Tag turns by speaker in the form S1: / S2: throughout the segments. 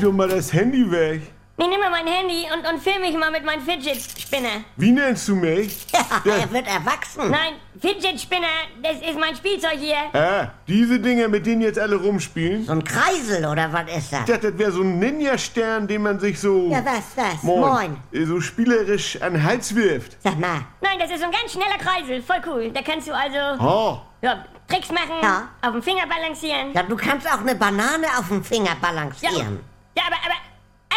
S1: doch mal das Handy weg.
S2: Ich nehme mein Handy und, und filme mich mal mit meinem Fidget-Spinner.
S1: Wie nennst du mich?
S3: er wird erwachsen.
S2: Nein, Fidget-Spinner, das ist mein Spielzeug hier.
S1: Ah, diese Dinger, mit denen jetzt alle rumspielen?
S3: So ein Kreisel oder was ist das?
S1: Ich dachte, das wäre so ein Ninja-Stern, den man sich so...
S3: Ja, was, was?
S1: Moin.
S3: Moin.
S1: Äh, So spielerisch an den Hals wirft.
S3: Sag mal,
S2: Nein, das ist so ein ganz schneller Kreisel, voll cool. Da kannst du also
S1: Oh,
S2: ja, Tricks machen,
S3: Ja.
S2: auf dem Finger balancieren.
S3: ja, du kannst auch eine Banane auf dem Finger
S2: Ja,
S3: balancieren.
S2: ja aber, aber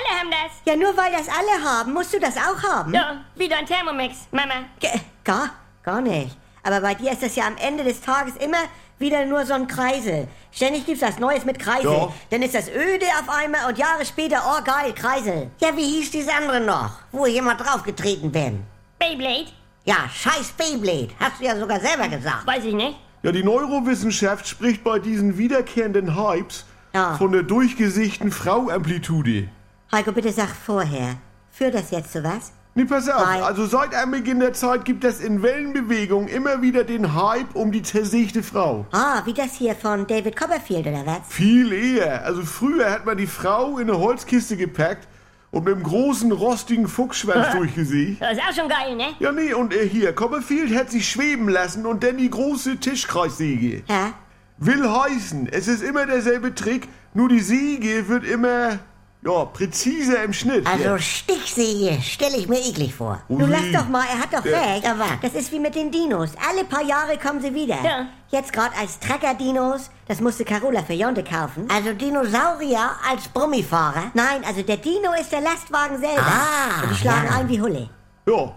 S2: alle haben das.
S3: Ja, nur weil das alle haben, musst du das auch haben.
S2: Ja, wie dein Thermomix, Mama.
S3: Ge- Gar, gar nicht. Aber bei dir ist das ja am Ende des Tages immer wieder nur so ein Kreisel. Ständig gibt's was Neues mit Kreisel.
S1: Doch.
S3: Dann ist das öde auf einmal und Jahre später, oh geil, Kreisel. Ja, wie hieß diese andere noch, wo ich immer draufgetreten bin?
S2: Beyblade,
S3: Ja, scheiß Beyblade, hast du ja sogar selber gesagt.
S2: weiß ich nicht.
S1: Ja, die Neurowissenschaft spricht bei diesen wiederkehrenden Hypes
S3: Ja.
S1: von der durchgesichten Frau-Amplitude.
S3: Heiko, bitte sag vorher, führt das jetzt zu was?
S1: Nee, pass auf,
S3: Nein.
S1: also seit Anbeginn der Zeit gibt es in Wellenbewegung immer wieder den Hype um die zersichte Frau.
S3: Ah, wie das hier von David Copperfield oder was?
S1: Viel eher. Also früher hat man die Frau in eine Holzkiste gepackt und mit einem großen, rostigen Fuchsschwanz durchgesiecht.
S2: Das ist auch schon geil, ne?
S1: Ja, nee, und er hier, Copperfield hat sich schweben lassen und dann die große Tischkreissäge.
S3: Hä?
S1: Will heißen, es ist immer derselbe Trick, nur die Säge wird immer, ja, präziser im Schnitt.
S3: Also Stichsäge stelle ich mir eklig vor.
S1: Ui.
S3: Nun lass doch mal, er hat doch
S1: Ja.
S3: recht. Aber das ist wie mit den Dinos. Alle paar Jahre kommen sie wieder.
S2: Ja.
S3: Jetzt gerade als Trecker-Dinos, das musste Carola für Jonte kaufen. Also Dinosaurier als Brummifahrer? Nein, also der Dino ist der Lastwagen selber.
S4: Ah,
S3: Und die schlagen
S4: ja.
S3: ein wie Hulle.
S1: Ja,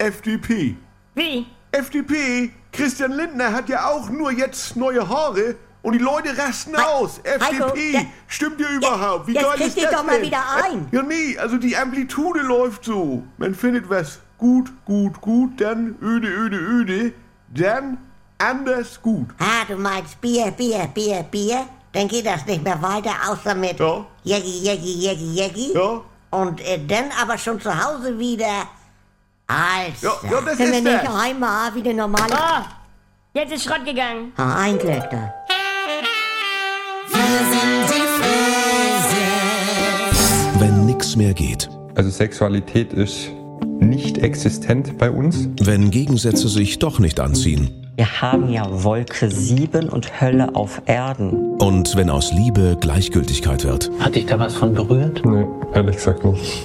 S1: FDP.
S2: Wie?
S1: FDP, Christian Lindner hat ja auch nur jetzt neue Haare und die Leute rasten
S3: Hei-
S1: aus. FDP,
S3: Heiko, ja-
S1: stimmt ihr überhaupt? Wie
S3: jetzt
S1: geil
S3: krieg
S1: ist
S3: dich
S1: das
S3: doch mal
S1: denn?
S3: wieder ein.
S1: Ja, nee, also die Amplitude läuft so. Man findet was gut, gut, gut, dann öde, öde, öde, dann anders gut.
S3: Ah, du meinst Bier, Bier, Bier, Bier? Dann geht das nicht mehr weiter, außer mit
S1: Ja.
S3: Jeggi, Jeggi, Jeggi, Jeggi.
S1: Ja,
S3: Und äh, dann aber schon zu Hause wieder. Also,
S1: ja, ja
S3: können
S1: das
S3: wir
S1: ist
S3: nicht
S1: das.
S3: einmal wie eine normale
S2: Oh, jetzt ist Schrott gegangen.
S3: Ah, ein Glück da.
S5: Wenn nichts mehr geht.
S6: Also Sexualität ist nicht existent bei uns.
S5: Wenn Gegensätze sich doch nicht anziehen.
S7: Wir haben ja Wolke 7 und Hölle auf Erden.
S5: Und wenn aus Liebe Gleichgültigkeit wird.
S8: Hat dich da was von berührt?
S6: Nee, ehrlich gesagt nicht.